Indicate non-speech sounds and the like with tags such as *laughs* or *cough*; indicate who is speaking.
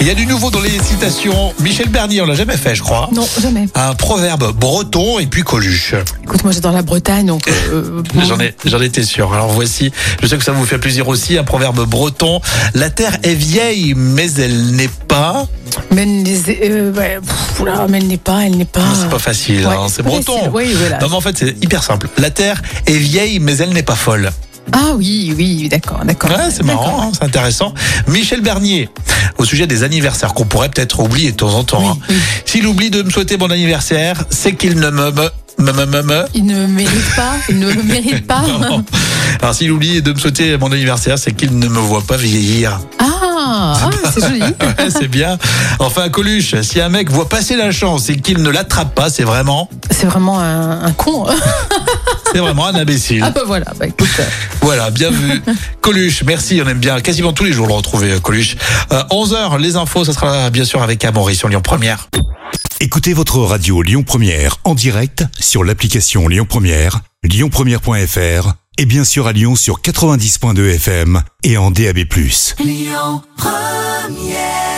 Speaker 1: Il y a du nouveau dans les citations. Michel Bernier, on l'a jamais fait, je crois.
Speaker 2: Non, jamais.
Speaker 1: Un proverbe breton et puis Coluche.
Speaker 2: Écoute, moi j'adore la Bretagne, donc.
Speaker 1: *laughs*
Speaker 2: euh, bon.
Speaker 1: J'en ai- j'en étais sûr. Alors voici, je sais que ça vous fait plaisir aussi, un proverbe breton. La terre est vieille, mais elle n'est pas.
Speaker 2: Mais elle n'est euh, ouais, pff, oula, mais elle n'est pas, elle n'est pas.
Speaker 1: Non, C'est pas facile,
Speaker 2: Ouais,
Speaker 1: hein, c'est
Speaker 2: pas
Speaker 1: breton.
Speaker 2: facile. Oui, voilà.
Speaker 1: Non, mais en fait, c'est hyper simple. La terre est vieille, mais elle n'est pas folle.
Speaker 2: Ah oui, oui, d'accord, d'accord.
Speaker 1: Ouais, c'est
Speaker 2: D'accord.
Speaker 1: marrant, hein, c'est intéressant. Michel Bernier, au sujet des anniversaires qu'on pourrait peut-être oublier de temps en temps.
Speaker 2: Oui,
Speaker 1: hein.
Speaker 2: oui.
Speaker 1: S'il oublie de me souhaiter bon anniversaire, c'est qu'il ne me me me me me. me-
Speaker 2: Il ne mérite pas, il ne le mérite pas.
Speaker 1: hein. *laughs* Non. Alors s'il oublie de me souhaiter bon anniversaire, c'est qu'il ne me voit pas vieillir. *laughs*
Speaker 2: Ah, ah, c'est joli.
Speaker 1: Ouais, c'est bien. Enfin, Coluche, si un mec voit passer la chance et qu'il ne l'attrape pas, c'est vraiment,
Speaker 2: C'est vraiment un, un con.
Speaker 1: c'est vraiment un imbécile.
Speaker 2: Ah bah *laughs* voilà, bah écoute. euh,
Speaker 1: Voilà, bien vu. Coluche, merci, on aime bien quasiment tous les jours le retrouver, euh, Coluche. 11h, les infos, ça sera bien sûr avec Amaury sur Lyon Première.
Speaker 3: Écoutez votre radio Lyon Première en direct sur l'application Lyon Première, lyonpremière.fr et bien sûr à Lyon sur 90.2 FM et en DAB+.
Speaker 4: Lyon Première